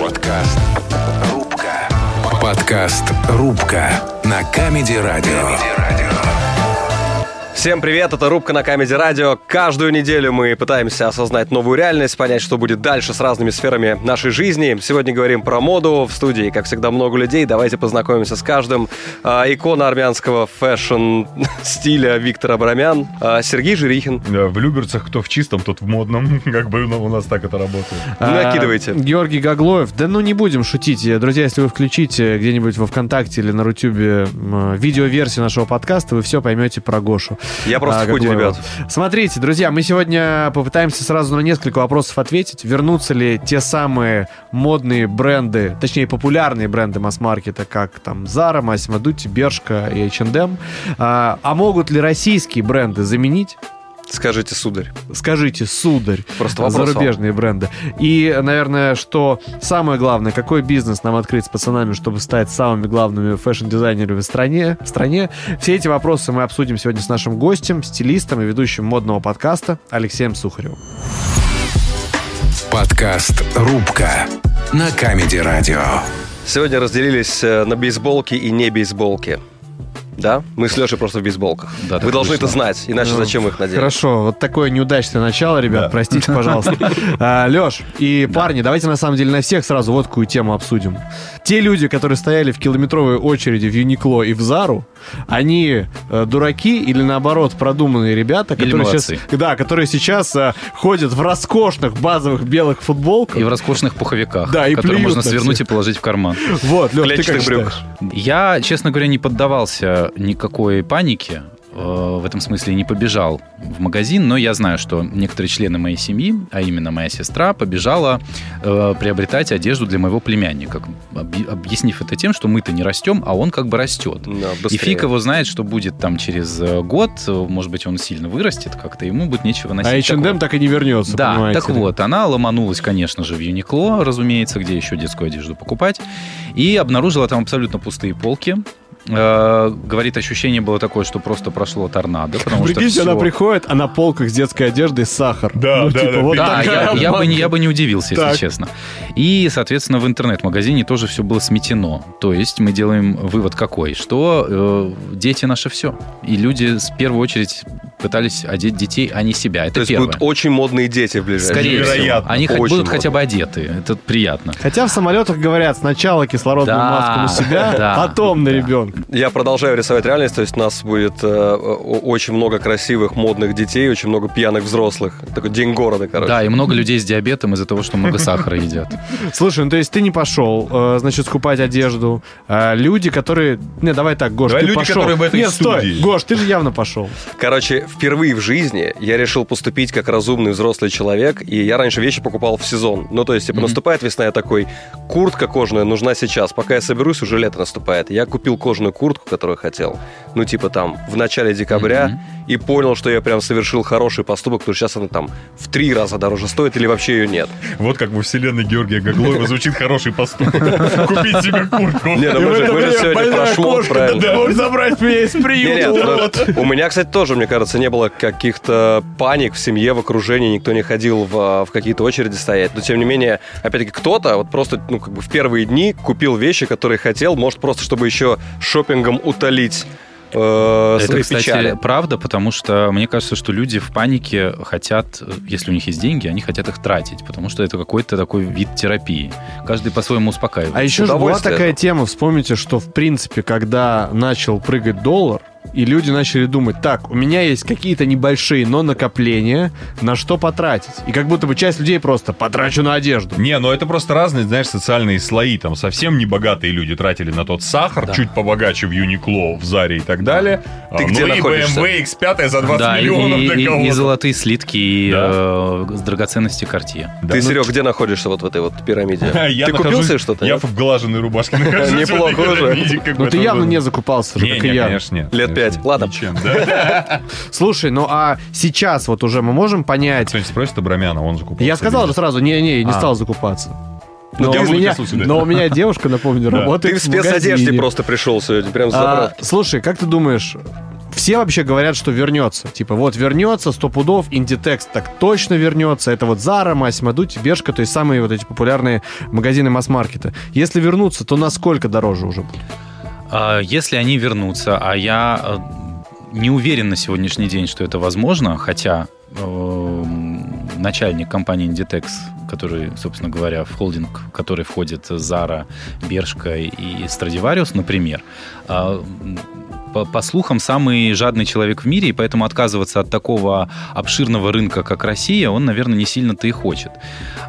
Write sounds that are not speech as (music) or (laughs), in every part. Подкаст «Рубка». Подкаст «Рубка» на Камеди Радио. Всем привет, это Рубка на Камеди Радио. Каждую неделю мы пытаемся осознать новую реальность, понять, что будет дальше с разными сферами нашей жизни. Сегодня говорим про моду. В студии, как всегда, много людей. Давайте познакомимся с каждым. А, Икона армянского фэшн-стиля Виктор Абрамян, а, Сергей Жирихин. Э, В Люберцах кто в чистом, тот в модном. (laughs) Как бы ну, у нас так это работает. А, Накидывайте. Георгий Гаглоев. Да ну не будем шутить. Э, Друзья, если вы включите э, где-нибудь во ВКонтакте или на Рутюбе м, э, видеоверсию нашего подкаста, вы все поймете про Гошу. Я просто А, в худе, Гаглоева. ребят. Смотрите, друзья, мы сегодня попытаемся сразу на несколько вопросов ответить. Вернутся ли те самые модные бренды, точнее популярные бренды масс-маркета, как там Zara, Massimo Dutti, Бершка и H&M. А, а могут ли российские бренды заменить? Скажите, сударь. Скажите, сударь. Просто вопрос вам. Зарубежные бренды. И, наверное, что самое главное, какой бизнес нам открыть с пацанами, чтобы стать самыми главными фэшн-дизайнерами в стране, в стране? Все эти вопросы мы обсудим сегодня с нашим гостем, стилистом и ведущим модного подкаста Алексеем Сухаревым. Подкаст «Рубка» на Камеди Радио. Сегодня разделились э, на бейсболки и не бейсболки. Да? Мы с Лешей просто в бейсболках. Да, Вы так должны вышло. это знать, иначе зачем их надеть? Ну, Хорошо, вот такое неудачное начало, ребят, Да. простите, (laughs) пожалуйста. Леш и парни, давайте на самом деле на всех сразу вот какую тему обсудим. Те люди, которые стояли в километровой очереди в Юникло и в Зару, они э, дураки или наоборот продуманные ребята, Или которые сейчас, молодцы. да, которые сейчас э, ходят в роскошных базовых белых футболках. И в роскошных пуховиках, Да, и которые плюют можно на свернуть всех. и положить в карман. Вот, Леш, ты клетчатых как брюк. считаешь? Я, честно говоря, не поддавался никакой панике. э, В этом смысле не побежал в магазин, но я знаю, что некоторые члены моей семьи, а именно моя сестра, побежала э, приобретать одежду для моего племянника, объ- объяснив это тем, что мы-то не растем, а он как бы растет. Да, И быстрее. фиг его знает, что будет там через э, год, э, может быть, он сильно вырастет как-то, ему будет нечего А носить. такого. H&M так и не вернется, Да, понимаете так ли. вот, она ломанулась, конечно же, в Юникло, разумеется, где еще детскую одежду покупать, и обнаружила там абсолютно пустые полки. Э, говорит, ощущение было такое, что просто прошло торнадо, потому что Прикиньте, она всё- приходит, а на полках с детской одеждой сахар. Да, Ну, да, типа, да, вот Да, такая я, я бы, не- банка. я бы не удивился, Так. если честно. И, соответственно, в интернет-магазине тоже все было сметено. То есть мы делаем вывод какой? Что э, дети наше все. И люди с первую очередь пытались одеть детей, а не себя. Это То есть первое. будут очень модные дети в ближайшее Скорее всего. Невероятно. Они хоть- Очень будут модно. хотя бы одеты. Это приятно. Хотя в самолетах говорят сначала кислородную Да, маску на себя, (laughs) да, потом на да. ребенка. Я продолжаю рисовать реальность, то есть у нас будет э, о- очень много красивых, модных детей, очень много пьяных взрослых. Такой день города, короче. Да, и много людей с диабетом из-за того, что много (laughs) сахара едят. Слушай, ну то есть ты не пошел, э, значит, скупать одежду. А люди, которые... Не, давай так, Гош, Давай ты люди, пошел. которые в этой Нет, стой, студии. Гош, ты же явно пошел. Короче, впервые в жизни я решил поступить как разумный взрослый человек, и я раньше вещи покупал в сезон. Ну, то есть, типа, наступает весна, я такой, куртка кожаная нужна сейчас. Пока я соберусь, уже лето наступает. Я купил кожаную куртку, которую хотел, ну, типа, там, в начале декабря, и понял, что я прям совершил хороший поступок, потому что сейчас она там в три раза дороже стоит или вообще ее (laughs) нет. Вот как во вселенной Георгия Гаглоева звучит хороший поступок. (laughs) Купить себе куртку. Не, ну И в мы же, это мы же время сегодня больная прошло, кошка, правильно. да, мог забрать меня из Не, приюта. нет, ну, урод. у меня, кстати, тоже, мне кажется, не было каких-то паник в семье, в окружении, никто не ходил в, а, в какие-то очереди стоять. Но, тем не менее, опять-таки, кто-то вот просто, ну, как бы в первые дни купил вещи, которые хотел, может, просто чтобы еще шопингом утолить э, Это, свои кстати, печали. правда, потому что мне кажется, что люди в панике хотят, э, если у них есть деньги, они хотят их тратить, потому что это какой-то такой вид терапии. Каждый по-своему успокаивает. А еще же была удовольствие. такая тема, вспомните, что в принципе, когда начал прыгать доллар, и люди начали думать, так, у меня есть какие-то небольшие, но накопления, на что потратить. И как будто бы часть людей просто потрачу на одежду. Не, ну это просто разные, знаешь, социальные слои. Там совсем небогатые люди тратили на тот сахар, Да. чуть побогаче в Юникло, в Заре и так далее. А, Ты ну где и находишься? BMW X5 за 20 да, и, миллионов и- для и- и кого-то. золотые слитки, и Да. э, с драгоценности карте. Да, Ты, ну, Серег, где находишься вот в этой вот пирамиде? (laughs) (laughs) я Ты купил нахожусь- себе что-то? Я нет? в глаженной рубашке (laughs) нахожусь. Неплохо Это уже. видите, как Ну бы ты это явно было. не закупался же, Не, как не, и я. конечно, нет. Лет конечно, пять. Ладно. (laughs) Ничем, да. Слушай, ну а сейчас вот уже мы можем понять. Кто-нибудь спросит Абрамяна, он же купил. Я сказал же что... сразу, не-не, я не А. стал закупаться. Ну, Но, я у буду меня, присутствовать. но у меня девушка, (laughs) напомню, Да. работает Ты в магазине. спецодежде просто пришел сегодня, прям с А, заправки. слушай, как ты думаешь, Все вообще говорят, что вернется. Типа, вот вернется, сто пудов, Индитекст так точно вернется. Это вот Зара, Мась, Мадути, Бешка, то есть самые вот эти популярные магазины масс-маркета. Если вернутся, то насколько дороже уже будет? А, Если они вернутся, а я э, не уверен на сегодняшний день, что это возможно, хотя эм, начальник компании Inditex, который, собственно говоря, в холдинг, в который входит Zara, Бершка и Stradivarius, например, а, м, по, по слухам, самый жадный человек в мире, и поэтому отказываться от такого обширного рынка, как Россия, он, наверное, не сильно-то и хочет.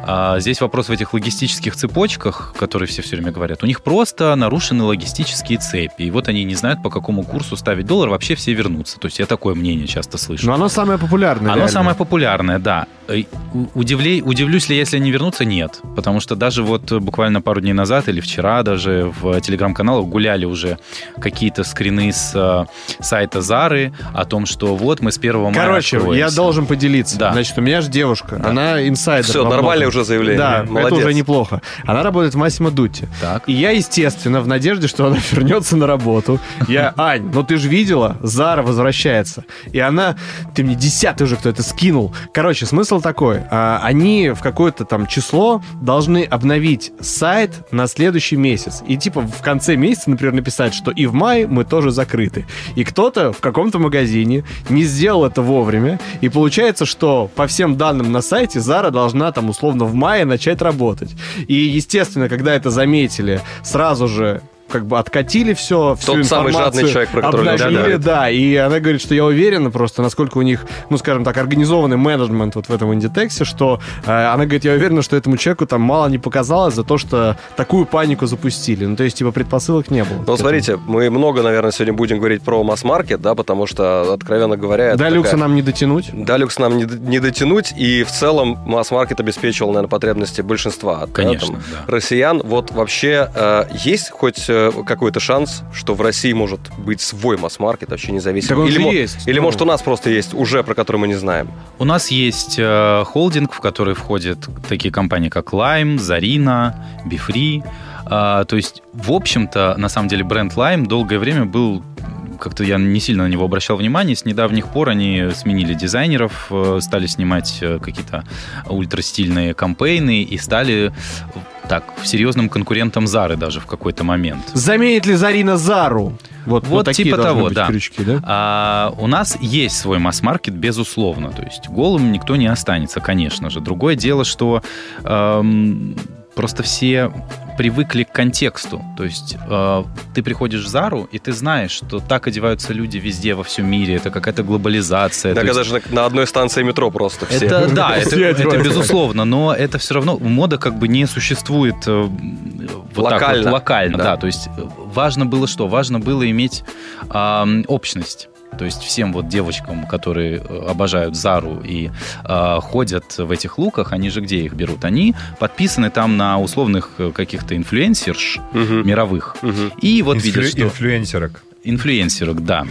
А, Здесь вопрос в этих логистических цепочках, которые все все время говорят. У них просто нарушены логистические цепи. И вот они не знают, по какому курсу ставить доллар, вообще все вернутся. То есть я такое мнение часто слышу. Но Ну, оно самое популярное. Оно реально. самое популярное, да. Э, у- Удивлей, удивлюсь ли, если они вернутся? Нет. Потому что даже вот буквально пару дней назад или вчера даже в телеграм-каналах гуляли уже какие-то скрины с э, сайта Зары о том, что вот мы с первого мая Короче, я откроемся. должен поделиться. Да. Значит, у меня же девушка, она инсайдер. Все, во многом. нормальное уже заявление. Да, Молодец. это уже неплохо. Она работает в Массимо Дутти. Так. И я, естественно, в надежде, что она (laughs) вернется на работу. Я, Ань, ну ты же видела, Зара возвращается. И она, ты мне десятый уже кто это скинул. Короче, смысл такой. а, Они в какое-то там число должны обновить сайт на следующий месяц. И типа в конце месяца, например, написать, что и в мае мы тоже закрыты. И кто-то в каком-то магазине не сделал это вовремя. И получается, что по всем данным на сайте Зара должна там условно в мае начать работать. И, естественно, когда это заметили, сразу же как бы откатили все, всю Тот самый информацию жадный человек, про которого я обновили, говорил. да, и она говорит, что я уверена просто, насколько у них, ну, скажем так, организованный менеджмент вот в этом индитексе, что э, она говорит, я уверена, что этому человеку там мало не показалось за то, что такую панику запустили. Ну, то есть, типа, предпосылок не было. Ну, смотрите, мы много, наверное, сегодня будем говорить про масс-маркет, да, потому что, откровенно говоря, это Да, люкса такая- нам не дотянуть. Да, люкс нам не, д- не дотянуть, и в целом масс-маркет обеспечивал, наверное, потребности большинства да, там, Конечно, да. россиян. Вот вообще э, есть хоть э, какой-то шанс, что в России может быть свой масс-маркет, вообще Так независимый? он или, же мо- есть. или Ну. может у нас просто есть уже, про который мы не знаем? У нас есть э, холдинг, в который входят такие компании, как Lime, Зарина, Бифри. А, то есть, в общем-то, на самом деле, бренд Lime долгое время был как-то я не сильно на него обращал внимание. С недавних пор они сменили дизайнеров, э, стали снимать э, какие-то ультрастильные кампейны и стали э, так, серьезным конкурентом Зары даже в какой-то момент. Заменит ли Зарина Зару? Вот, Вот такие типа должны того, быть да. крючки, да? А, у нас есть свой масс-маркет, безусловно. То есть голым никто не останется, конечно же. Другое дело, что эм, просто все привыкли к контексту. То есть э, ты приходишь в Зару, и ты знаешь, что так одеваются люди везде, во всем мире. Это какая-то глобализация. То Иногда есть- даже на, на одной станции метро просто все. это, да, это, Все это одеваются. безусловно, но это все равно мода как бы не существует э, м, вот так вот Локально. локально, Да. да. То есть э, важно было что? Важно было иметь ам, общность. То есть всем вот девочкам, которые э, обожают Зару и э, ходят в этих луках, они же где их берут? Они подписаны там на условных э, каких-то инфлюенсерш Мгм. мировых. Мгм. И вот Инфлю- видишь, что Инфлюенсерок. инфлюенсерок, да,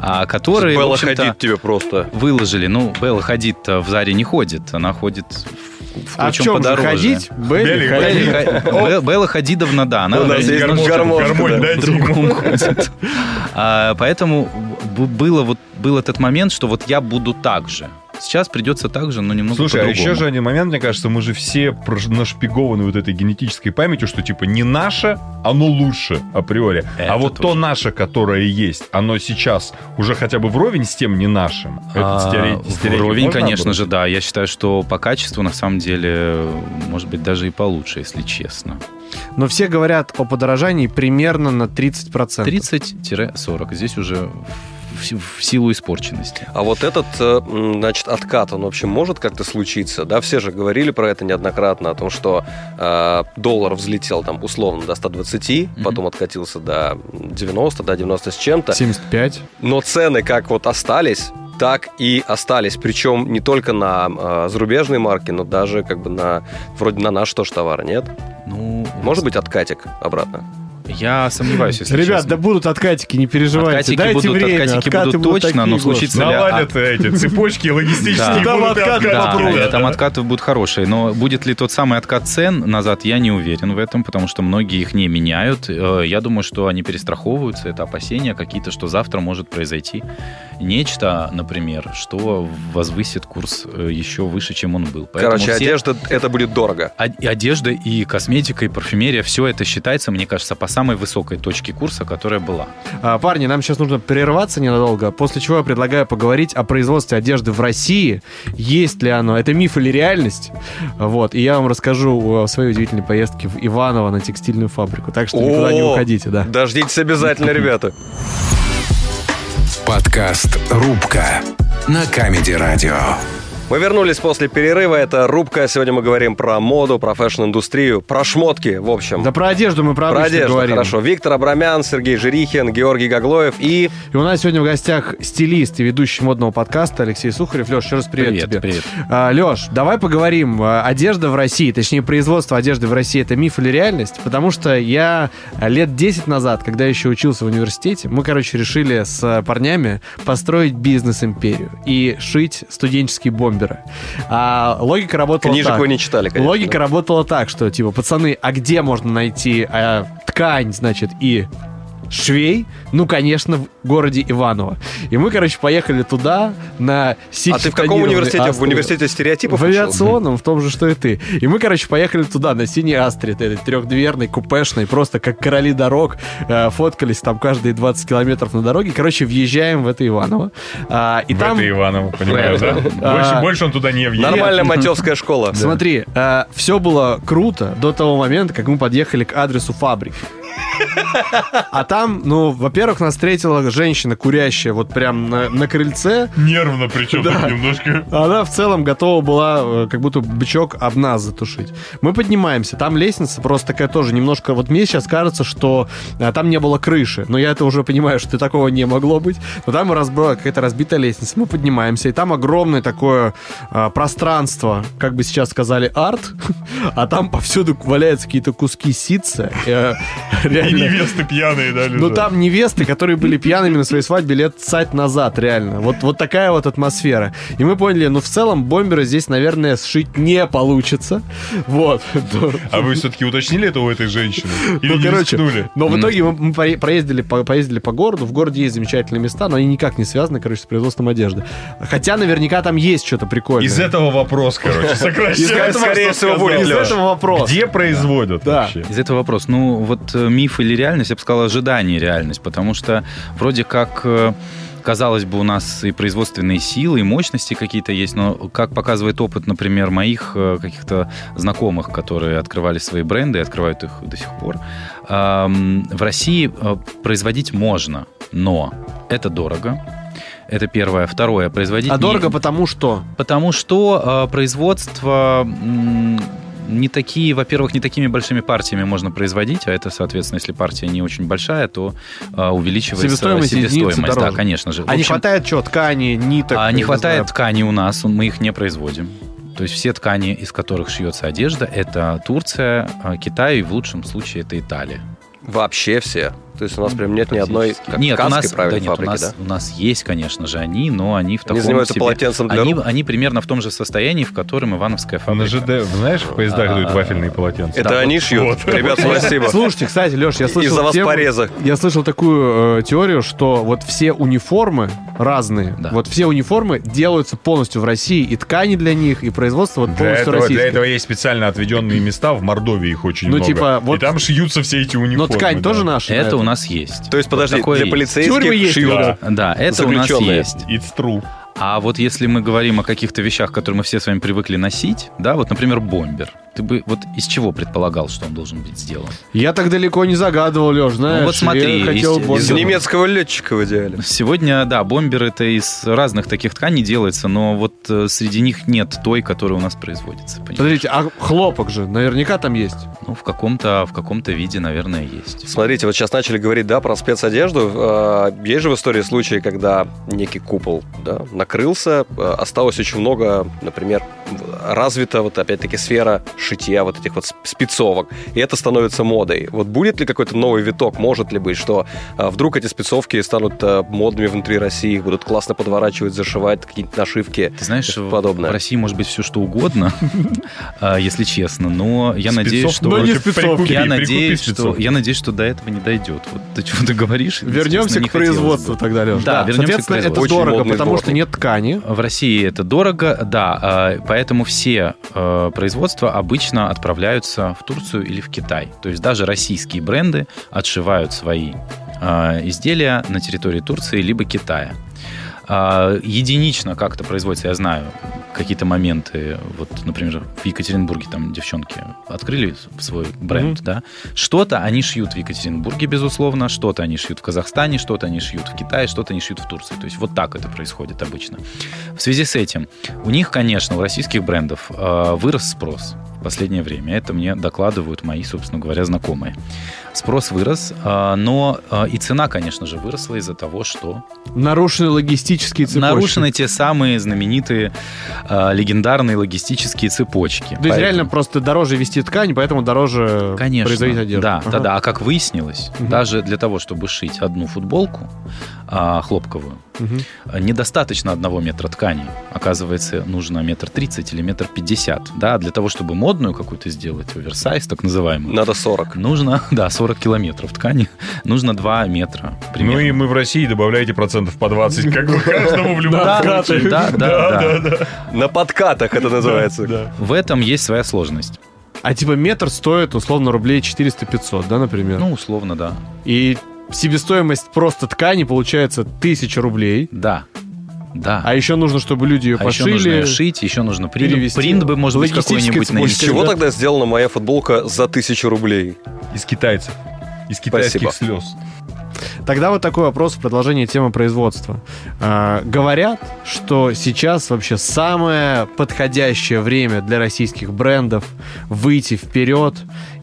а, которые, в Белла общем-то, ходит тебе просто. выложили. Ну, Белла ходит в Заре не ходит, она ходит в- в А в кучем чем же подороже. ходить? Белли Белли ходить. Белли ха- Бе- Белла Хадидовна, да, она У нас есть немножко гармошка, Гармонь, да. в дайте. другом ходит. А, Поэтому б- было вот был этот момент, что вот я буду так же. Сейчас придется так же, но немного Слушай, а Ну, по-другому. еще же один момент, мне кажется, мы же все прож- нашпигованы вот этой генетической памятью, что типа не наше, оно лучше априори. Это а вот то точно. наше, которое есть, оно сейчас уже хотя бы вровень с тем не нашим. А, Этот стере- стереотип Вровень, можно конечно обрушить? же, да. Я считаю, что по качеству, на самом деле, может быть, даже и получше, если честно. Но все говорят о подорожании примерно на 30%. 30-40. Здесь уже в- в- в силу испорченности. А вот этот, э, м, значит, откат, он вообще может как-то случиться? Да, все же говорили про это неоднократно, о том, что э, доллар взлетел там условно до 120, Мгм. потом откатился до 90, до 90 с чем-то. 75. Но цены как вот остались, так и остались. Причем не только на э, зарубежные марки, но даже как бы на, вроде на наши тоже товары, нет? Ну, Может быть откатик обратно? Я сомневаюсь, если Ребят, честно. да будут откатики, не переживайте. Откатики Дайте будут, время. откатики откаты будут точно, такие, но Гош. случится- Наладят эти цепочки логистические. Да. Там будут и откат откат Да, попрут. э, там откаты будут хорошие, но будет ли тот самый откат цен назад, я не уверен в этом, потому что многие их не меняют. Э, Я думаю, что они перестраховываются, это опасения какие-то, что завтра может произойти нечто, например, что возвысит курс э, еще выше, чем он был. Поэтому Короче, все- одежда, это будет дорого. о- и Одежда и косметика, и парфюмерия, все это считается, мне кажется, по самой высокой точке курса, которая была. А, Парни, нам сейчас нужно прерваться ненадолго, после чего я предлагаю поговорить о производстве одежды в России. Есть ли оно? Это миф или реальность? Вот. И я вам расскажу о своей удивительной поездке в Иваново на текстильную фабрику. Так что никуда не О, уходите, да. Дождитесь обязательно, ребята. Подкаст «Рубка» на Камеди Радио. Мы вернулись после перерыва. Это рубка. Сегодня мы говорим про моду, про фэшн-индустрию, про шмотки, в общем. Да про одежду мы про, про обычно одежду. говорим. Хорошо. Виктор Абрамян, Сергей Жирихин, Георгий Гаглоев и И у нас сегодня в гостях стилист и ведущий модного подкаста Алексей Сухарев. Леш, еще раз привет, тебе. привет. Леш, давай поговорим. А, Одежда в России, точнее производство одежды в России, это миф или реальность? Потому что я лет 10 назад, когда еще учился в университете, мы, короче, решили с парнями построить бизнес-империю и шить студенческие бомберы. А логика работала книжек так. вы не читали, конечно. Логика работала так, что типа, пацаны, а где можно найти э, ткань, значит, и швей? Ну, конечно, в городе Иваново. И мы, короче, поехали туда на А ты в каком синетонированный университете? В Астра- университете типа стереотипов в учился? авиационном, в том же, что и ты. И мы, короче, поехали туда, на синей Астре, этой трехдверной, купешной, просто как короли дорог, э, фоткались там каждые 20 километров на дороге. Короче, въезжаем в это Иваново. А, и В там... это Иваново, понимаю, да? Больше- А. Больше он туда не въедет. Нормальная матевская школа. Смотри, все было круто до того момента, как мы подъехали к адресу фабрики. А там, ну, во-первых, нас встретила женщина курящая вот прям на, на крыльце. Нервно причем так немножко. Она в целом готова была э, как будто бычок об нас затушить. Мы поднимаемся, там лестница просто такая тоже немножко... Вот мне сейчас кажется, что э, там не было крыши, но я это уже понимаю, что такого не могло быть. Но там разбро... какая-то разбитая лестница. Мы поднимаемся, и там огромное такое э, пространство, как бы сейчас сказали, арт, (laughs) а там повсюду валяются какие-то куски ситца. э, (laughs) И реально. невесты пьяные, да, Ну лежат. там невесты, которые были пьяными на своей свадьбе лет цать назад, реально. Вот, вот такая вот атмосфера. И мы поняли, ну в целом бомбера здесь, наверное, сшить не получится. Вот. Ну, А вы все-таки уточнили это у этой женщины? Или ну, не короче, рискнули? но в итоге мы, мы поре- проездили, по, поездили по городу. В городе есть замечательные места, но они никак не связаны, короче, с производством одежды. Хотя наверняка там есть что-то прикольное. Из этого вопрос, короче, Из сокращается. этого, скорее всего, будет, из Лёш. этого вопрос. Где производят Да. вообще? Из этого вопрос. Ну, вот э, миф или реальность, я бы сказал, ожидание и реальность, потому что вроде как э, казалось бы, у нас и производственные силы, и мощности какие-то есть, но как показывает опыт, например, моих э, каких-то знакомых, которые открывали свои бренды и открывают их до сих пор, эм, в России э, производить можно, но это дорого. Это первое. Второе, производить... А не- дорого потому что? Потому что э, производство м, не такие, во-первых, не такими большими партиями можно производить, а это, соответственно, если партия не очень большая, то э, увеличивается Себестоимость единицы да, дороже. конечно же. В А не общем, хватает чего? Ткани, ниток? я а, не знаю, хватает тканей у нас, мы их не производим. То есть все ткани, из которых шьется одежда, это Турция, э, Китай и в лучшем случае это Италия. Вообще все. То есть у нас прям нет ни одной Практически. как нет, у нас, ткацкой правильной да нет, фабрики, у, нас, да? у нас есть, конечно же, они, но они в таком Они занимаются себе- полотенцем для они, рук. они примерно в том же состоянии, в котором Ивановская На фабрика. ЖД, знаешь, в поездах дают вафельные полотенца? Это Да, они вот- шьют. вот. Ребят, спасибо. Слушайте, кстати, Леш, я слышал Из-за вас тему- порезы. Я слышал такую э, теорию, что вот все униформы разные, Да. вот все униформы делаются полностью в России, и ткани для них, и производство вот Для полностью этого, для российское. этого есть специально отведенные места, в Мордовии их очень Ну, много. типа, вот- И там шьются все эти Но униформы. ткань да. тоже наша. Это у наверное. нас есть. То есть, подожди, Такое для есть. Тюрьмы полицейских есть шьют. Да. Да, это у нас Заключенные. есть. It's true. А вот если мы говорим о каких-то вещах, которые мы все с вами привыкли носить, да, вот, например, бомбер. Ты бы вот из чего предполагал, что он должен быть сделан? Я так далеко не загадывал, Леш, знаешь. Ну, вот смотри, я хотел есть- бы- Из немецкого летчика в идеале. Сегодня, да, бомбер это из разных таких тканей делается, но вот э, среди них нет той, которая у нас производится. понимаешь? Подождите, а хлопок же наверняка там есть. Ну, в каком-то, в каком-то виде, наверное, есть. Смотрите, вот сейчас начали говорить, да, про спецодежду. Э, Есть же в истории случаи, когда некий купол да, накрылся, э, осталось очень а, много, например, развита вот опять-таки сфера шитья вот этих вот сп- спецовок. И это становится модой. Вот будет ли какой-то новый виток? Может ли быть, что а, вдруг эти спецовки станут а, модными внутри России, их будут классно подворачивать, зашивать, какие-нибудь нашивки? Ты знаешь, и в подобное. в России может быть все что угодно, (laughs) а, если честно, но я надеюсь, что... но не Короче, спецовки. прикупи, Я прикупи надеюсь, что, спецовки. я надеюсь, что до этого не дойдет. Вот ты чего ты говоришь? Вернемся естественно, не к хотелось бы. производству тогда, Леш. Да, вернемся к Соответственно, это производству. Очень дорого, модный потому что сборник. нет ткани. В России это дорого, да, э, поэтому все э, производства обычно отправляются в Турцию или в Китай. То есть даже российские бренды отшивают свои э, изделия на территории Турции либо Китая. А, Единично как-то производится, я знаю, какие-то моменты, вот, например, в Екатеринбурге там девчонки открыли свой бренд, да, что-то они шьют в Екатеринбурге, безусловно, что-то они шьют в Казахстане, что-то они шьют в Китае, что-то они шьют в Турции. То есть вот так это происходит обычно. В связи с этим, у них, конечно, у российских брендов э, вырос спрос в последнее время. Это мне докладывают мои, собственно говоря, знакомые. Спрос вырос, э, но э, и цена, конечно же, выросла из-за того, что Нарушены логистические цепочки. нарушены те самые знаменитые э, легендарные логистистические цепочки. То есть Поэтому- реально просто дороже вести ткань, поэтому дороже Конечно. производить одежду. Да, да, Ага. да. А как выяснилось, Мгм. даже для того, чтобы шить одну футболку а, хлопковую, Мгм. э, недостаточно одного метра ткани. Оказывается, нужно метр тридцать или метр пятьдесят. Да, для того, чтобы модную какую-то сделать, оверсайз так называемую, Надо 40. нужно, (laughs) да, 40 километров ткани, нужно 2 метра Ну примерно. и мы в России добавляете процентов по 20, как бы (laughs) каждому в любом Да, случае. да, да, да. На подкатах это называется. Да. В этом есть своя сложность. А типа метр стоит условно рублей 400-500, да, например? Ну, условно, да. И себестоимость просто ткани получается 1000 рублей. Да. Да. А еще нужно, чтобы люди ее А еще нужно пошили. ее шить, еще нужно принт. перевести. Принт бы, может быть, Логистической какой-нибудь цепочкой. Из нанести. чего Да. тогда сделана моя футболка за тысячу рублей? Из китайцев. Из китайских слез. Тогда вот такой вопрос в продолжении темы производства. А, говорят, что сейчас вообще самое подходящее время для российских брендов выйти вперед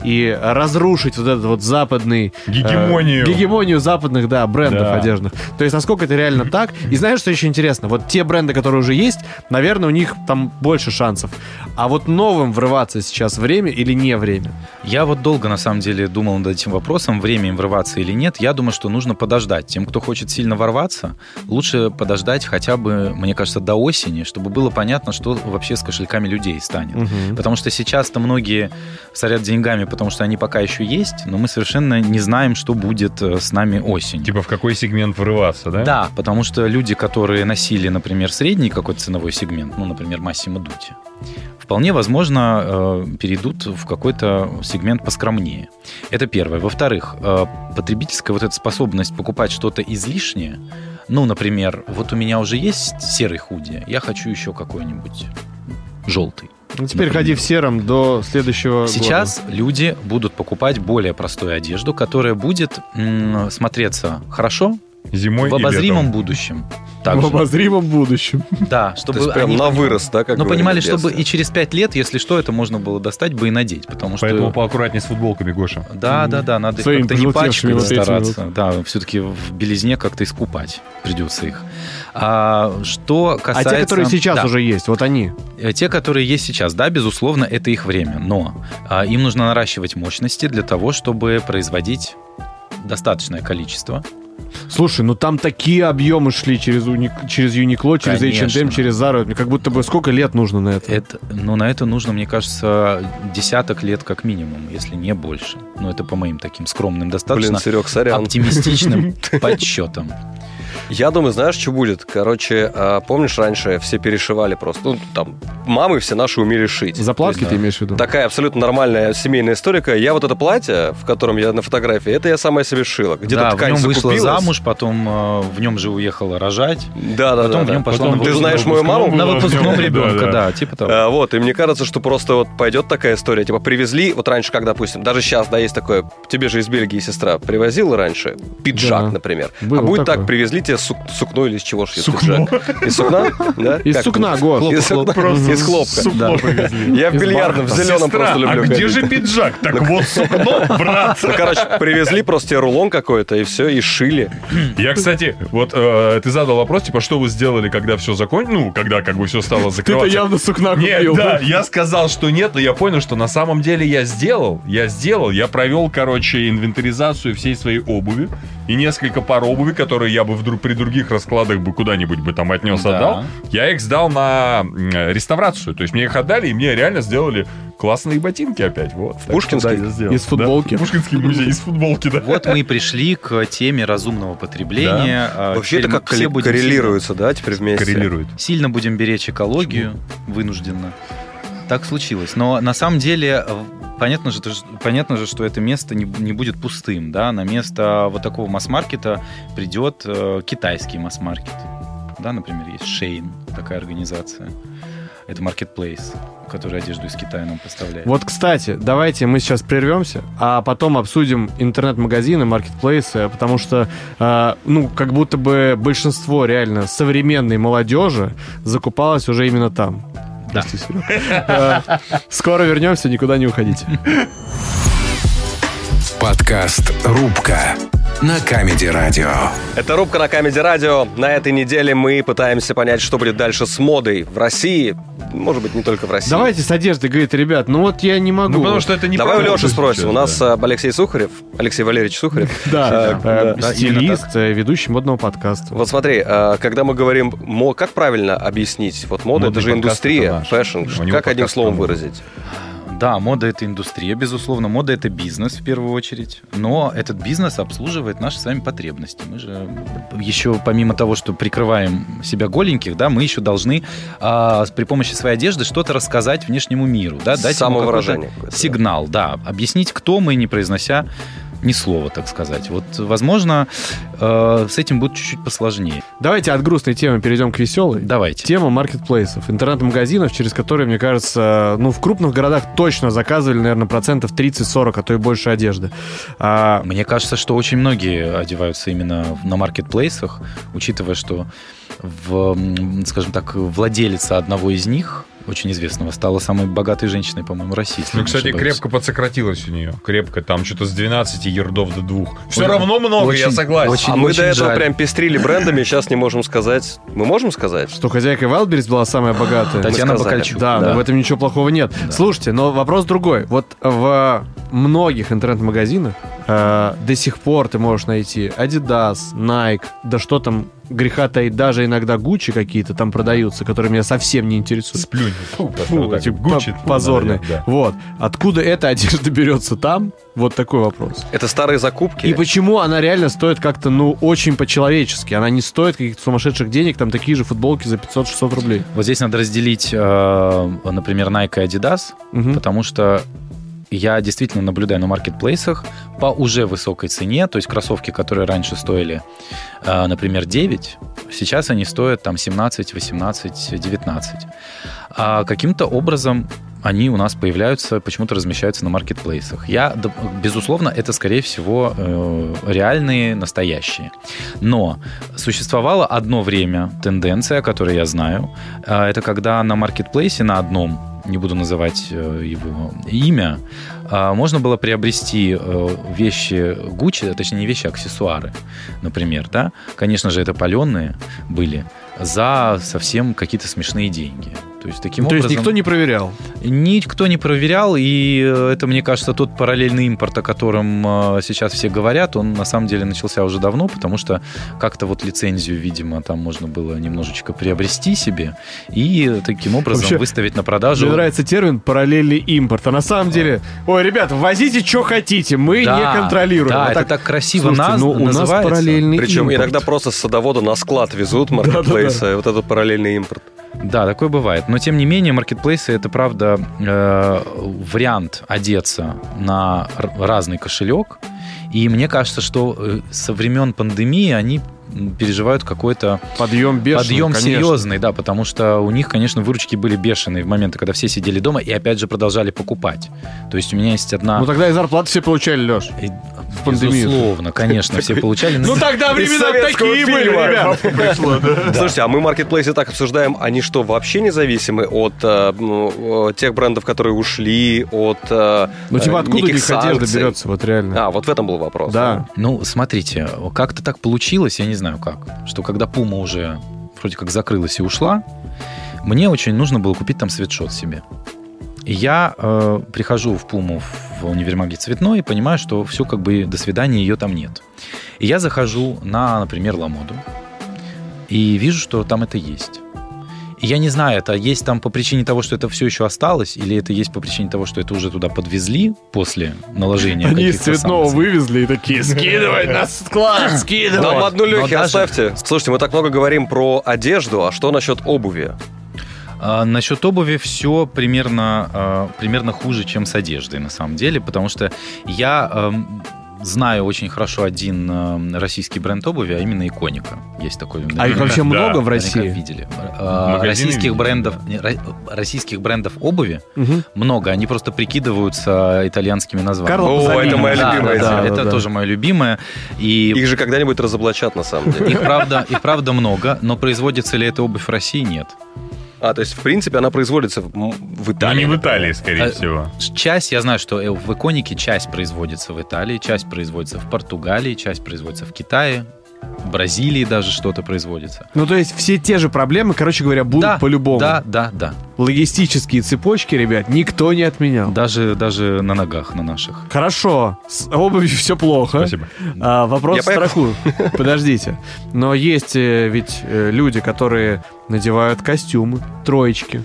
и разрушить вот этот вот западный... э, Гегемонию. гегемонию западных, да, брендов Да. одежных. То есть насколько это реально так? И знаешь, что еще интересно? Вот те бренды, которые уже есть, наверное, у них там больше шансов. А вот новым врываться сейчас время или не время? Я вот долго, на самом деле, думал над этим вопросом, время им врываться или нет. Я думаю, что нужно подождать. Тем, кто хочет сильно ворваться, лучше подождать хотя бы, мне кажется, до осени, чтобы было понятно, что вообще с кошельками людей станет. Потому что сейчас-то многие сорят деньгами, потому что они пока еще есть, но мы совершенно не знаем, что будет э, с нами осенью. Типа в какой сегмент врываться, да? Да, потому что люди, которые носили, например, средний какой-то ценовой сегмент, ну, например, Массимо Дути, вполне возможно э, перейдут в какой-то сегмент поскромнее. Это первое. Во-вторых, э, потребительская вот эта способность покупать что-то излишнее, ну, например, вот у меня уже есть серый худи, я хочу еще какой-нибудь желтый. Ну, теперь Например. ходи в сером до следующего года. Сейчас люди будут покупать более простую одежду, которая будет м, смотреться хорошо Зимой в Ну, и обозримом летом. будущем. Также. В обозримом будущем. Да, То чтобы есть прям они на понимали. вырос, да, как Но говорили понимали, в детстве. чтобы и через пять лет, если что, это можно было достать бы и надеть, потому что... Поэтому поаккуратнее с футболками, Гоша. Да, да, да, надо их Своими как-то не пожелтевшими пачкать вот этими стараться. Да, все-таки в белизне как-то искупать придется их. А, что касается... А те, которые сейчас Да. уже есть, вот они. Э, Те, которые есть сейчас, да, безусловно, это их время, но а, им нужно наращивать мощности для того, чтобы производить достаточное количество. Слушай, ну там такие объемы шли через, Уни- через Uniqlo, через Конечно. H&M, через Zara. Мне Как будто бы сколько лет нужно на это? Это, ну, на это нужно, мне кажется, десяток лет как минимум, если не больше. Ну, это по моим таким скромным Блин, достаточно Серег, сорян. (laughs) (laughs) оптимистичным подсчетом. Я думаю, знаешь, что будет? Короче, а, помнишь, раньше все перешивали просто. Ну, там, мамы все наши умели шить. Заплатки Да. ты имеешь в виду? Такая абсолютно нормальная семейная историка. Я вот это платье, в котором я на фотографии, это я сама себе шила. Где-то да, в ткань нем вышла закупилась. замуж, потом э, в нем же уехала рожать. Да, да, Потом да. в да. нем Потом пошла на Ты выпускном. знаешь мою маму? На Да, да, (laughs) выпускном да, ребенка, да. да, типа того. А, Вот, и мне кажется, что просто вот пойдет такая история. Типа привезли, вот раньше, как, допустим, даже сейчас, да, есть такое, тебе же из Бельгии сестра привозила раньше пиджак, Да. например. Было а будет такое. так, привезли тебе сук- сукно или из чего шьют Сукно. пиджак? (laughs) Из сукна? Да? Из Как сукна, тут? го. Из сукна. Просто Из хлопка. сукно повезли. Я в Из бильярдном, в бархата. зеленом Сестра, просто люблю. а где ходить. же пиджак? Так вот сукно, брат. Ну, короче, привезли просто тебе рулон какой-то, и все, и шили. Я, кстати, вот э, ты задал вопрос, типа, что вы сделали, когда все закончилось, ну, когда как бы все стало Ты-то закрываться. явно сукна Нет, купил. да, я сказал, что нет, но я понял, что на самом деле я сделал, я сделал, я провел, короче, инвентаризацию всей своей обуви и несколько пар обуви, которые я бы вдруг при других раскладах бы куда-нибудь бы там отнес, Да. отдал, я их сдал на м, реставрацию, то есть мне их отдали и мне реально сделали классные ботинки опять, вот. Так что Пушкинский? да, я сделал. Из футболки? Да, Пушкинский музей из футболки, да. Вот мы и пришли к теме разумного потребления. А, Вообще это теперь мы как все корре- будем коррелируется, да, теперь вместе? Коррелирует. Сильно, сильно будем беречь экологию, вынужденно. Так случилось. Но на самом деле э, понятно же, понятно же что это место не, не будет пустым. Да? На место вот такого масс-маркета придет э, китайский масс-маркет. Да, например, есть Шейн, такая организация. Это маркетплейс, который одежду из Китая нам поставляет. Вот, кстати, давайте мы сейчас прервемся, а потом обсудим интернет-магазины, маркетплейсы, потому что, э, ну, как будто бы большинство реально современной молодежи закупалось уже именно там. (laughs) Да. Прости, Серёг. Э, Скоро вернемся, никуда не уходите. Подкаст «Рубка» на Камеди-радио. Это рубка на Камеди Радио. На этой неделе мы пытаемся понять, что будет дальше с модой в России. Может быть, не только в России. Давайте с одеждой, говорит, ребят, ну вот я не могу. Ну, потому что это не Давай у правда, Леши что спросим. сейчас, У нас да. э, Алексей Сухарев, Алексей Валерьевич Сухарев. (laughs) э, Да, э, да, именно так. стилист, э, ведущий модного подкаста. Вот смотри, э, когда мы говорим, мо- как правильно объяснить? Вот мода, Модный это же подкаст это индустрия, наш. фэшн. У него Как одним подкаст словом про моду. выразить? Да, мода это индустрия, безусловно, мода это бизнес в первую очередь, но этот бизнес обслуживает наши с вами потребности. Мы же еще помимо того, что прикрываем себя голеньких, да, мы еще должны а, с- при помощи своей одежды что-то рассказать внешнему миру, да, дать ему Самовыражение какой-то какое-то, да. сигнал, да, объяснить, кто мы, не произнося ни слова, так сказать. Вот, возможно, э, с этим будет чуть-чуть посложнее. Давайте от грустной темы перейдем к веселой. Давайте. Тема маркетплейсов, интернет-магазинов, через которые, мне кажется, ну, в крупных городах точно заказывали, наверное, процентов 30-40, а то и больше одежды. А, Мне кажется, что очень многие одеваются именно в- на маркетплейсах, учитывая, что, в, м, скажем так, владелица одного из них, очень известного, стала самой богатой женщиной, по-моему, России. если Ну, я не кстати, ошибаюсь. крепко подсократилось у нее. Крепко, там что-то с 12 ердов до двух. Все Ой, равно много, я очень- согласен. очень- А мы до этого жаль. прям пестрили брендами, сейчас не можем сказать. Мы можем сказать? что хозяйка Wildberries была самая богатая. Да, Татьяна Мы сказали. Бакальчук. Да, ну но в этом ничего плохого нет. Да. Слушайте, но вопрос другой. Вот в многих интернет-магазинах э, до сих пор ты можешь найти Adidas, Nike, да что там греха таить, даже иногда Gucci какие-то там продаются, которые меня совсем не интересуют. Сплюнь. Фу, Фу, вот так, эти Гуччи, по- фу, позорные. надо, да. Вот. Откуда эта одежда берется там? Вот такой вопрос. Это старые закупки. И почему она реально стоит как-то, ну, очень по-человечески? Она не стоит каких-то сумасшедших денег, там такие же футболки за 500-600 рублей. Вот здесь надо разделить, э, например, Nike и Adidas, Мгм. потому что я действительно наблюдаю на маркетплейсах по уже высокой цене, то есть кроссовки, которые раньше стоили, э, например, 9, сейчас они стоят там 17, 18, 19. А каким-то образом они у нас появляются, почему-то размещаются на маркетплейсах. Я, доп- безусловно, это, скорее всего, э, реальные, настоящие. Но существовало одно время тенденция, о которой я знаю, э, это когда на маркетплейсе на одном не буду называть э, его имя, а, можно было приобрести э, вещи Гуччи, а точнее не вещи, а аксессуары, например, да? Конечно же, это паленые были за совсем какие-то смешные деньги. То есть таким То есть образом... никто не проверял. Никто не проверял, и э, это, мне кажется, тот параллельный импорт, о котором э, сейчас все говорят, он на самом деле начался уже давно, потому что как-то вот лицензию, видимо, там можно было немножечко приобрести себе и таким образом Вообще, выставить на продажу. Мне нравится термин параллельный импорт. А на самом деле, ой, ребят, возите, что хотите, мы Да, не контролируем. Да, А это так красиво слушайте, наз- ну, у нас называется. параллельный Причем импорт. иногда просто с садовода на склад (laughs) везут маркетплейсы, вот этот параллельный импорт. Да, такое бывает. Но тем не менее, маркетплейсы это правда э, вариант одеться на р- разный кошелек. И мне кажется, что э, со времен пандемии они м, переживают какой-то подъем бешеный, подъем конечно. серьезный, да, потому что у них, конечно, выручки были бешеные в моменты, когда все сидели дома и опять же продолжали покупать. То есть у меня есть одна Ну тогда и зарплату все получали, Леш. и Ну, в пандемию. Безусловно, конечно, все получали. Ну тогда времена советского такие были, фильма. ребят. Слушайте, а мы маркетплейсы так обсуждаем, они что, вообще не зависимы от э, ну, э, тех брендов, которые ушли, от э, Ну э, типа откуда у неких них одежда санкций? берется, вот реально? А, вот в этом был вопрос. Да. Ну, смотрите, как-то так получилось, я не знаю как, что когда Пума уже вроде как закрылась и ушла, мне очень нужно было купить там свитшот себе. И я э, прихожу в Пуму в универмаге цветной и понимаю, что все как бы до свидания, ее там нет. И я захожу на, например, Ламоду и вижу, что там это есть. И я не знаю, это есть там по причине того, что это все еще осталось, или это есть по причине того, что это уже туда подвезли после наложения Они из каких-то цветного санкций. вывезли и такие, скидывай на склад, скидывай. Нам одну Лехи даже- оставьте. Слушайте, мы так много говорим про одежду, а что насчет обуви? А, Насчет обуви все примерно, а, примерно хуже, чем с одеждой, на самом деле, потому что я эм, знаю очень хорошо один эм, российский бренд обуви, а именно Иконика. Есть такой. А их наверняка- вообще Да. много в наверняка России? видели. А, Магазины Российских видели, брендов, не, ро- российских брендов обуви Мгм. много, они просто прикидываются итальянскими названиями. Карло О, Пазолини. это моя Да, любимая да, да, тема. это Да, да. тоже мое любимое. И Их же когда-нибудь разоблачат, на самом (laughs) деле. их правда, их правда много, но производится ли эта обувь в России нет. А, то есть, в принципе, она производится в, м, в Да, Италии. не в Италии, скорее А, всего. Часть, я знаю, что э, в иконике часть производится в Италии, часть производится в Португалии, часть производится в Китае, в Бразилии даже что-то производится. Ну то есть все те же проблемы, короче говоря, будут да, по-любому. Да, да, да. Логистические цепочки, ребят, никто не отменял. Даже, даже на ногах, на наших. Хорошо, с обувью все плохо. Спасибо. А, вопрос Я в поехал. страху. (laughs) Подождите. Но есть э, ведь э, люди, которые надевают костюмы, троечки.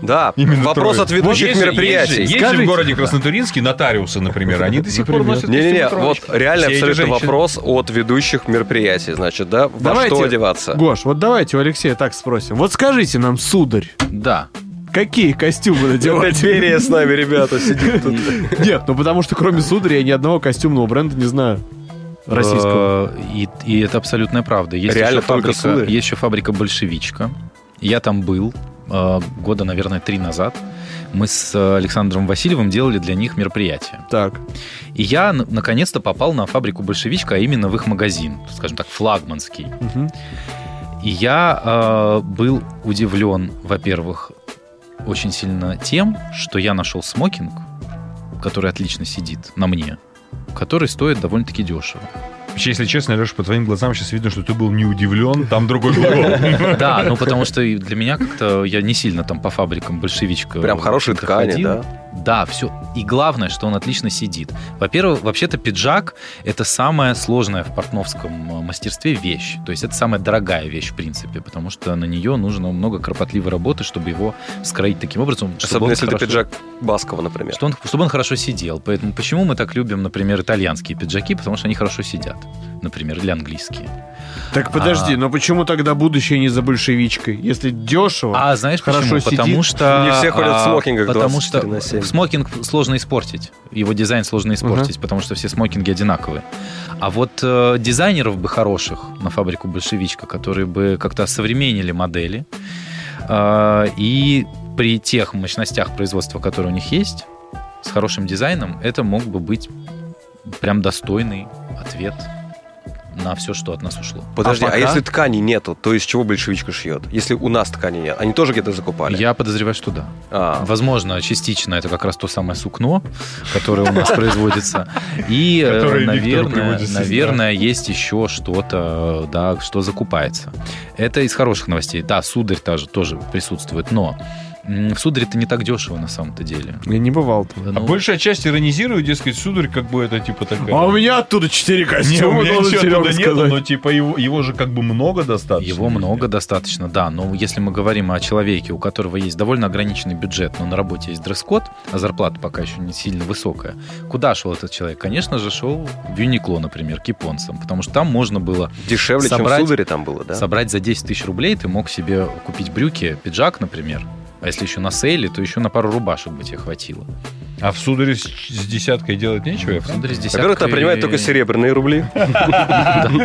Да, Именно вопрос трое. от ведущих Есть же- мероприятий. Есть же, есть же в Скажите. городе Краснотуринске нотариусы, например, они до сих пор Например. носят Не-не-не, костюмы вот троечки. реально Все эти абсолютно женщины. вопрос от ведущих мероприятий, значит, да? Во Давайте. что одеваться? Гош, вот давайте у Алексея так спросим. Вот скажите нам, сударь, Да. какие костюмы надевать? (laughs) Опять Берия с нами, ребята, сидит тут. (laughs) Нет, ну потому что кроме сударя я ни одного костюмного бренда не знаю. Российского. Э, И, и это абсолютная правда. Есть Реально еще только фабрика, сударь? Есть еще фабрика «Большевичка». Я там был э, года, наверное, три назад. Мы с э, Александром Васильевым делали для них мероприятие. Так. И я н- наконец-то попал на фабрику «Большевичка», а именно в их магазин, скажем так, флагманский. мгм. И я э, был удивлен, во-первых, очень сильно тем, что я нашел смокинг, который отлично сидит на мне, который стоит (laughs) довольно-таки дешево. Вообще, если честно, Леша, по твоим глазам сейчас видно, что ты был не удивлен, там другой глагол. Да, ну потому что и для меня как-то я не сильно там по фабрикам большевичка. Прям хорошие как-то ткани, ходил. да? Да, все. И главное, что он отлично сидит. Во-первых, вообще-то пиджак – это самая сложная в портновском э, мастерстве вещь. То есть это самая дорогая вещь, в принципе, потому что на нее нужно много кропотливой работы, чтобы его скроить таким образом, чтобы Особенно он если это хорошо- А пиджак Баскова, например. Что он, чтобы он хорошо сидел. Поэтому почему мы так любим, например, итальянские пиджаки? Потому что они хорошо сидят. Например, или английские. Так подожди, А. но почему тогда будущее не за большевичкой? Если дешево, А знаешь Хорошо почему? сидит. Потому что... типа, Не все ходят в а, смокингах Потому 24 на что 7. смокинг сложно испортить. Его дизайн сложно испортить, потому что все смокинги одинаковые. А вот э, дизайнеров бы хороших на фабрику «Большевичка», которые бы как-то современнили модели, э, и при тех мощностях производства, которые у них есть, с хорошим дизайном, это мог бы быть прям достойный ответ на все, что от нас ушло. Подожди, а, пока- если ткани нету, то из чего большевичка шьет? Если у нас ткани нет, они тоже где-то закупали? Я подозреваю, что да. А, Возможно, частично это как раз то самое сукно, которое (laughs) у нас производится. И, э, Которое Виктору наверное, приводит сестра. наверное, есть еще что-то, да, что закупается. Это из хороших новостей. Да, сударь тоже, тоже присутствует, но м, в сударе это не так дешево на самом-то деле. я не бывал там. А Ну, большая часть иронизирует, дескать, сударь, как бы это типа такая... А у меня оттуда четыре Не, у костюма, меня должен ничего Серега оттуда нету, сказать. но типа его, его же как бы много достаточно. Его много достаточно, да. Но если мы говорим о человеке, у которого есть довольно ограниченный бюджет, но на работе есть дресс-код, а зарплата пока еще не сильно высокая, куда шел этот человек? Конечно же, шел в Юникло, например, к японцам, потому что там можно было дешевле, собрать- чем в Сударе там было, да? собрать за 10 тысяч рублей, ты мог себе купить брюки, пиджак, например. А если еще на сейле, то еще на пару рубашек бы тебе хватило. А в сударе с, с десяткой делать нечего? я (laughs) Смотри, с десяткой- Во-первых, это принимают только серебряные (laughs) рубли.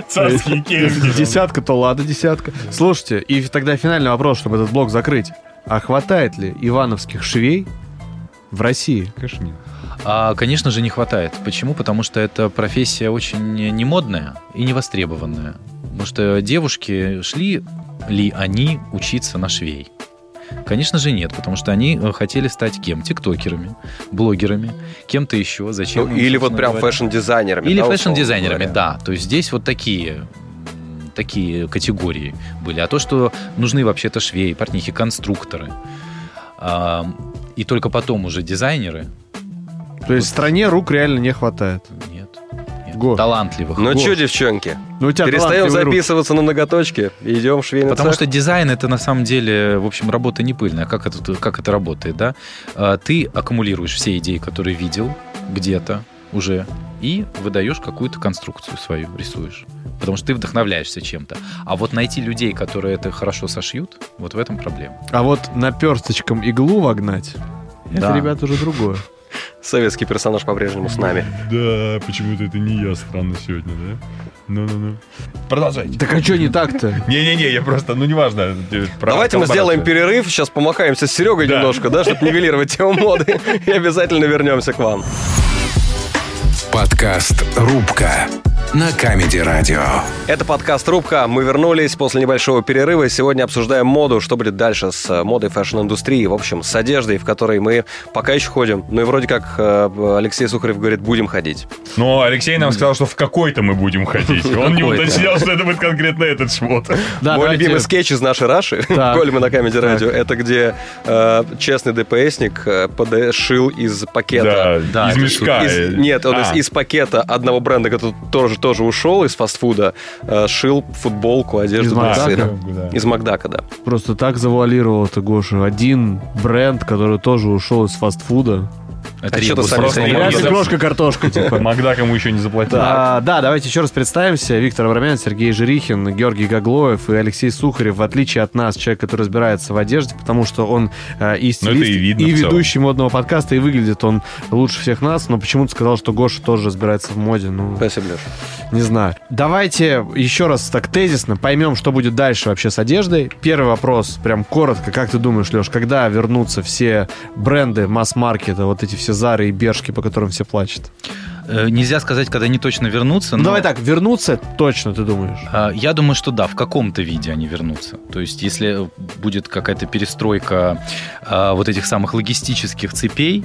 Царские Если Десятка, то ладно, десятка. Слушайте, и тогда финальный вопрос, чтобы этот блок закрыть. А хватает ли ивановских швей в России? Конечно, нет. А, конечно же, не хватает. Почему? Потому что эта профессия очень не модная и не востребованная. Потому что девушки шли ли они учиться на швей? Конечно же нет, потому что они э, хотели стать кем? Тиктокерами, блогерами, кем-то еще, зачем? Ну, им, или вот собственно прям говоря. фэшн-дизайнерами. Или да, фэшн-дизайнерами, условно говоря? да. То есть здесь вот такие м, такие категории были. А то, что нужны вообще-то швеи, портнихи, конструкторы. а, И только потом уже дизайнеры. То есть в стране рук реально не хватает. Нет. нет. Го. Талантливых. Ну Вот. что, девчонки, Ну, у тебя перестаем талантливые руки. записываться на многоточки, идем в швейный Потому цех. что дизайн это на самом деле, в общем, работа не пыльная. Как это, как это работает, да? А, Ты аккумулируешь все идеи, которые видел где-то уже, и выдаешь какую-то конструкцию свою, рисуешь. Потому что ты вдохновляешься чем-то. А вот найти людей, которые это хорошо сошьют, вот в этом проблема. А вот наперсточком иглу вогнать, это, Да. ребята, уже другое. Советский персонаж по-прежнему с нами. Да, почему-то это не я странно сегодня, да? Ну-ну-ну. Продолжайте. Так а что не так-то? Не-не-не, я просто, ну неважно. э, про Давайте мы коллаборацию. сделаем перерыв, сейчас помахаемся с Серегой Да. немножко, да, чтобы нивелировать тему моды, и обязательно вернемся к вам. Подкаст «Рубка» на Камеди Радио. Это подкаст «Рубка». Мы вернулись после небольшого перерыва. Сегодня обсуждаем моду, что будет дальше с э, модой фэшн-индустрии, в общем, с одеждой, в которой мы пока еще ходим. Ну и вроде как э, Алексей Сухарев говорит, будем ходить. Но Алексей нам сказал, что в какой-то мы будем ходить. Он не Какой-то. уточнял, что это будет конкретно этот шмот. Да, Мой давайте- любимый скетч из нашей Раши, (laughs) Так. коль мы на камеди радио, это где э, честный ДПСник э, пода- шил из Да, пакета. да, из это мешка. Из- нет, он из, А. из пакета одного бренда, который тоже, тоже ушел из фастфуда, э, шил футболку, одежду Из для Макдака? сына. Из Макдака, да. Просто так завуалировал ты, Гоша. Один бренд, который тоже ушел из фастфуда. Это А чё-то ребус, сами просто знаете. ребус. Реально за- крошка картошка, типа. Макдак ему еще не заплатил. А, да, давайте еще раз представимся. Виктор Абрамян, Сергей Жирихин, Георгий Гаглоев и Алексей Сухарев. В отличие от нас, человек, который разбирается в одежде, потому что он Ну, это э, и и стилист, видно в целом. ведущий модного подкаста, и выглядит он лучше всех нас, но почему-то сказал, что Гоша тоже разбирается в моде. Ну, Спасибо, Леш. не знаю. Давайте еще раз так тезисно поймем, что будет дальше вообще с одеждой. Первый вопрос, прям коротко, как ты думаешь, Леш, когда вернутся все бренды масс-маркета, вот эти все Зары и Бершки, по которым все плачут? Э, Нельзя сказать, когда они точно вернутся. Ну, но- давай так, вернуться точно, ты думаешь? А, Я думаю, что да, в каком-то виде они вернутся. То есть, если будет какая-то перестройка а, вот этих самых логистических цепей,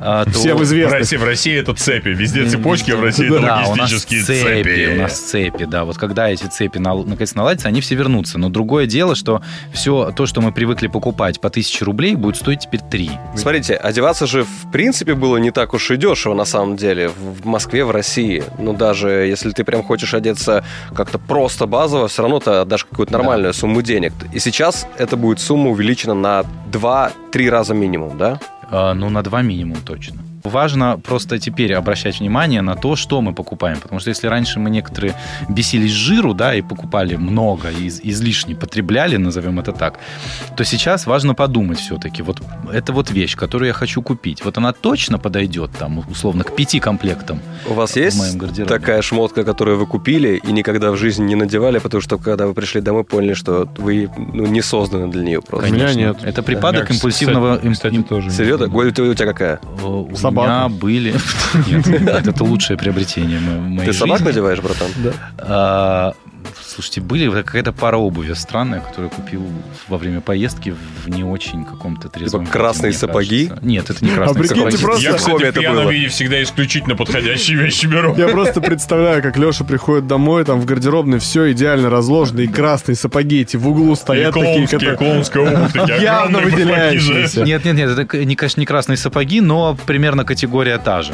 а, то... Всем В известных. России, в России это цепи. Везде цепочки, а в России это Да, у нас логистические цепи. У нас цепи, да. Вот когда эти цепи нал- наконец наладятся, они все вернутся. Но другое дело, что все то, что мы привыкли покупать по 1000 рублей, будет стоить теперь 3. Смотрите, одеваться же в принципе было не так уж и дешево на самом деле в в Москве, в России. Ну даже если ты прям хочешь одеться как-то просто базово, все равно ты отдашь какую-то нормальную сумму денег. И сейчас это будет сумма увеличена на 2-3 раза минимум, да? А, Ну, на 2 минимум точно. Важно просто теперь обращать внимание на то, что мы покупаем. Потому что если раньше мы некоторые бесились жиру, да, и покупали много, и из- излишне потребляли, назовем это так, то сейчас важно подумать все-таки. Вот это вот вещь, которую я хочу купить. Вот она точно подойдет там, условно, к пяти комплектам. У вас В моем есть гардеробе. такая шмотка, которую вы купили и никогда в жизни не надевали, потому что когда вы пришли домой, поняли, что вы ну, не созданы для нее просто. Конечно. меня нет. Это припадок Кстати, импульсивного... им- им- тоже. Серьезно? Голь, ты- у тебя какая? Э, У Собака. (laughs) меня были... Нет, это лучшее приобретение мо- моей Ты собак жизни. надеваешь, братан? А, Слушайте, были вот какая-то пара обуви странная, которую я купил во время поездки в не очень каком-то трезвом. виде, Типа красные мне сапоги? кажется. (laughs) Нет, это не красные прикинь, ты сапоги. просто- Я, Коми кстати, в это пьяном было. виде всегда исключительно подходящие вещи беру. Я просто представляю, как Леша приходит домой, там в гардеробной все идеально разложено, и красные сапоги эти в углу И стоят такие, клоунские, которые... клоунская обувь, такие (laughs) Явно огромные башмаки же. выделяющиеся. Нет, нет, нет, это, к- не, конечно, не красные сапоги, но примерно категория та же,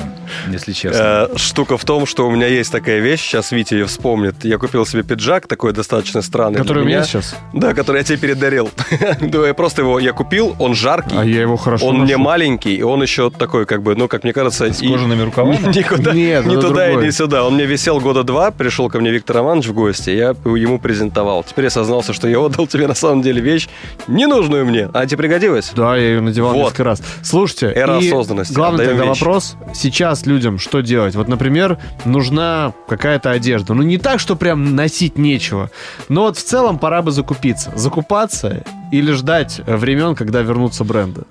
если честно. Э, Штука в том, что у меня есть такая вещь, сейчас Витя ее вспомнит. Я купил себе пиджак, такой достаточно странный. Который у для меня меня. сейчас. Да, который я тебе передарил. (laughs) Да, я просто его, я купил, он жаркий, А я его хорошо он не ношу. маленький, и он еще такой, как бы, ну, как мне А кажется... и- (laughs) Никуда, Нет, ни это туда и другой. ни сюда. Он мне висел года два, пришел ко мне Виктор Иванович в гости, я ему презентовал. Теперь я сознался, что я отдал тебе на самом деле вещь, ненужную мне. А тебе пригодилась? Да, я ее надевал Вот. несколько раз. Слушайте, Эра и осознанности. главный Отдаем тогда вещи. вопрос, сейчас людям что делать? Вот, например, нужна какая-то одежда. Ну, не так, что прям носить нечего, но вот в целом пора бы закупиться. Закупаться или ждать э, времен, когда вернутся бренды? (laughs)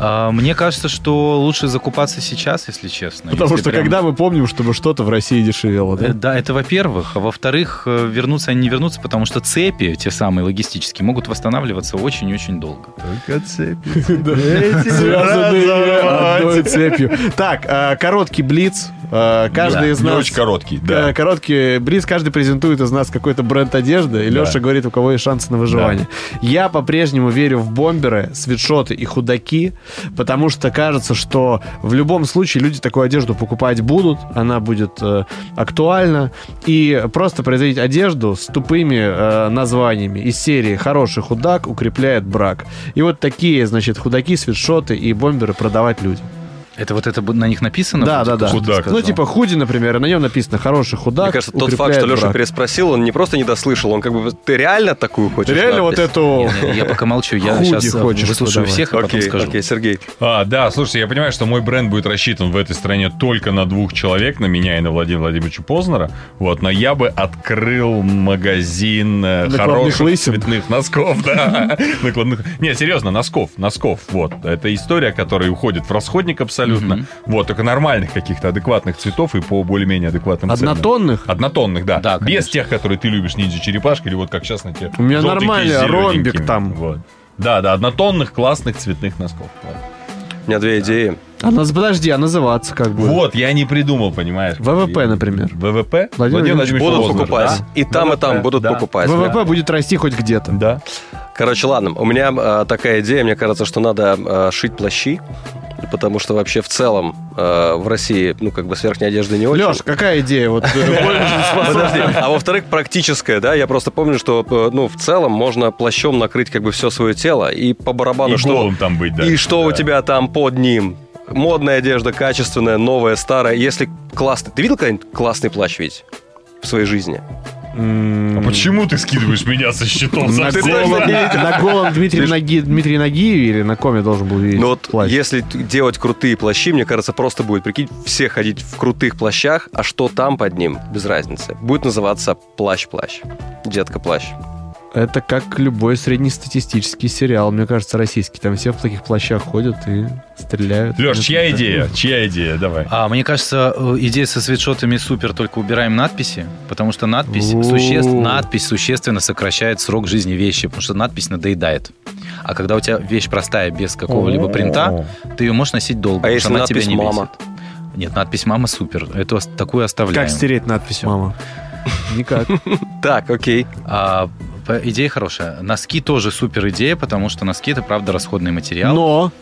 А, Мне кажется, что лучше закупаться сейчас, если честно. Потому А Если что прям- когда мы помним, чтобы что-то в России дешевело, Э, да? Да, это во-первых. А во-вторых, э, вернутся они не вернутся, потому что цепи, те самые логистические, могут восстанавливаться очень-очень долго. Только цепи. Связанные одной цепью. Так, э, короткий блиц. Э, Каждый из Не нас... Ну, очень короткий, э, да. Короткий блиц. Каждый презентует из нас какой-то бренд одежды. И Да. Леша говорит, у кого есть шансы на выживание. Я по-прежнему верю в бомберы, свитшоты и худаки. Потому что кажется, что в любом случае люди такую одежду покупать будут. Она будет э, актуальна. И просто производить одежду с тупыми э, названиями из серии «Хороший худак укрепляет брак». И вот такие, значит, худаки, свитшоты и бомберы продавать людям. Это вот это бу- на них написано? Да, будет, да, то, да. что ты Худак. сказал? Ну, типа худи, например, и на нем написано «Хороший худак Мне кажется, тот факт, укрепляет что Леша брак». переспросил, он не просто не дослышал, он как бы, ты реально такую хочешь? Ты реально вот надпись? эту... Не, не, Я пока молчу, я Худи сейчас хочешь выслушаю продавать. всех, а потом Окей, скажу. окей, Сергей. А, да, слушайте, я понимаю, что мой бренд будет рассчитан в этой стране только на двух человек, на меня и на Владимира Владимировича Познера. Вот, но я бы открыл магазин э, Накладных хороших лысин. цветных носков, (laughs) да. Накладных. Не, серьезно, носков, носков. Вот, это история, которая уходит в расходник абсолютно. Мгм. Вот, только нормальных каких-то адекватных цветов и по более-менее адекватным ценам. Однотонных? Однотонных, да. Да, конечно. Без тех, которые ты любишь, ниндзя-черепашка, или вот как сейчас на тебе. У меня желтенькие нормально, с зелененькими. ромбик там. Вот. Да, да, однотонных классных цветных носков. Вот. У меня две идеи. А нас, подожди, а называться как будет? Вот, я не придумал, понимаешь. ВВП, например. ВВП? Владимир Владимирович Будут Познер, покупать. да. И там, и там ВВП, будут да. покупать. да. ВВП будет расти хоть где-то. Да. Короче, ладно, у меня э, такая идея, мне кажется, что надо э, шить плащи, потому что вообще в целом э, в России, ну, как бы с верхней одежды не очень. Леш, какая идея? Вот, э, Подожди. А во-вторых, практическое, да, я просто помню, что, э, ну, в целом можно плащом накрыть как бы все свое тело и по барабану, И что... голым там быть, да. И что у Да. тебя там под ним? Модная одежда, качественная, новая, старая. Если классный... Ты видел когда-нибудь классный плащ, ведь? в своей жизни. (laughs) А почему ты скидываешь меня со счетов за На все? голом, на голом Дмитрий, ж- Наги, Дмитрий Нагиеве или на коме должен был видеть Но Ну вот плащ? если т- делать крутые плащи, мне кажется, просто будет, прикинь, все ходить в крутых плащах, а что там под ним, без разницы. Будет называться плащ-плащ. Детка-плащ. А Это как любой среднестатистический сериал, мне кажется, российский. Там все в таких плащах ходят и стреляют. Леш, чья идея? Чья идея? Давай. А, мне кажется, э, идея со свитшотами супер, только убираем надписи, потому что надпись, О. существ, надпись существенно сокращает срок жизни вещи, потому что надпись надоедает. А когда у тебя вещь простая, без какого-либо принта, ты ее можешь носить долго, А потому если что она надпись тебя не «Мама»? бесит. Нет, надпись «Мама» супер, эту ос- такую оставляем. Как стереть (laughs) надпись, мама? Никак. Так, окей. А, по- идея хорошая. Носки тоже супер идея, потому что носки это правда расходный материал. Но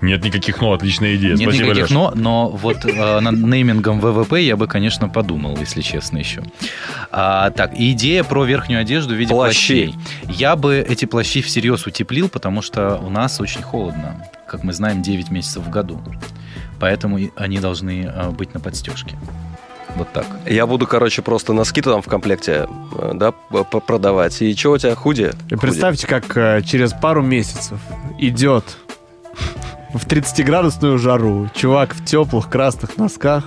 Нет никаких «но», отличная идея. Нет Спасибо, никаких Леш. но, но вот э, над неймингом ВВП я бы, конечно, подумал, если честно, еще. А, так, и идея про верхнюю одежду в виде Плащи. плащей. Я бы эти плащи всерьез утеплил, потому что у нас очень холодно. Как мы знаем, 9 месяцев в году. Поэтому и они должны э, быть на подстежке. Вот так. Я буду, короче, просто носки там в комплекте, э, да, п- п- продавать. И что у тебя, худи? И представьте, как э, через пару месяцев идет в 30-градусную жару чувак в теплых красных носках,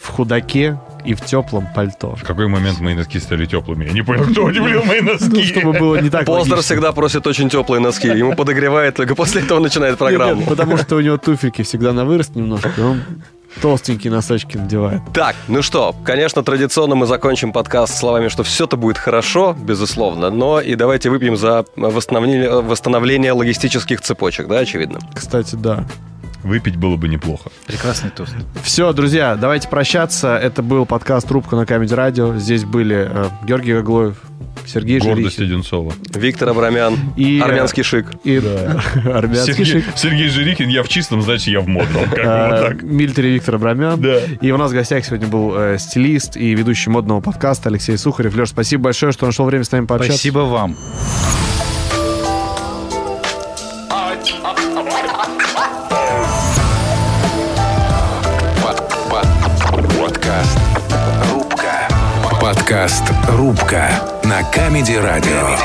в худаке и в теплом пальто. В какой момент мои носки стали теплыми? Я не понял, (laughs) кто удивил мои Ну, носки. чтобы было не так Познер логично. всегда просит очень теплые носки. Ему подогревает, только после этого начинает Нет, нет, программу. потому что у него туфельки всегда на вырост немножко, и он толстенькие носочки надевает. Так, ну что, конечно, традиционно мы закончим подкаст словами, что все-то будет хорошо, безусловно, но и давайте выпьем за восстановление, восстановление логистических цепочек, да, очевидно. Кстати, да. Выпить было бы неплохо. Прекрасный тост. Все, друзья, давайте прощаться. Это был подкаст «Трубка на Камеди Радио». Здесь были э, Георгий Гаглоев, Сергей Гордость Жилихин Одинцова. Виктор Абрамян, И, э, армянский шик. и (laughs) армянский Сергей, шик. Сергей Жирихин, я в чистом, значит, я в модном. Как бы вот Э, так. Милитарий Виктор Абрамян. Да. И у нас в гостях сегодня был э, стилист и ведущий модного подкаста Алексей Сухарев. Леш, спасибо большое, что нашел время с нами пообщаться. Спасибо вам. Под- под- подкаст «Рубка». Подкаст «Рубка» на Камеди Радио.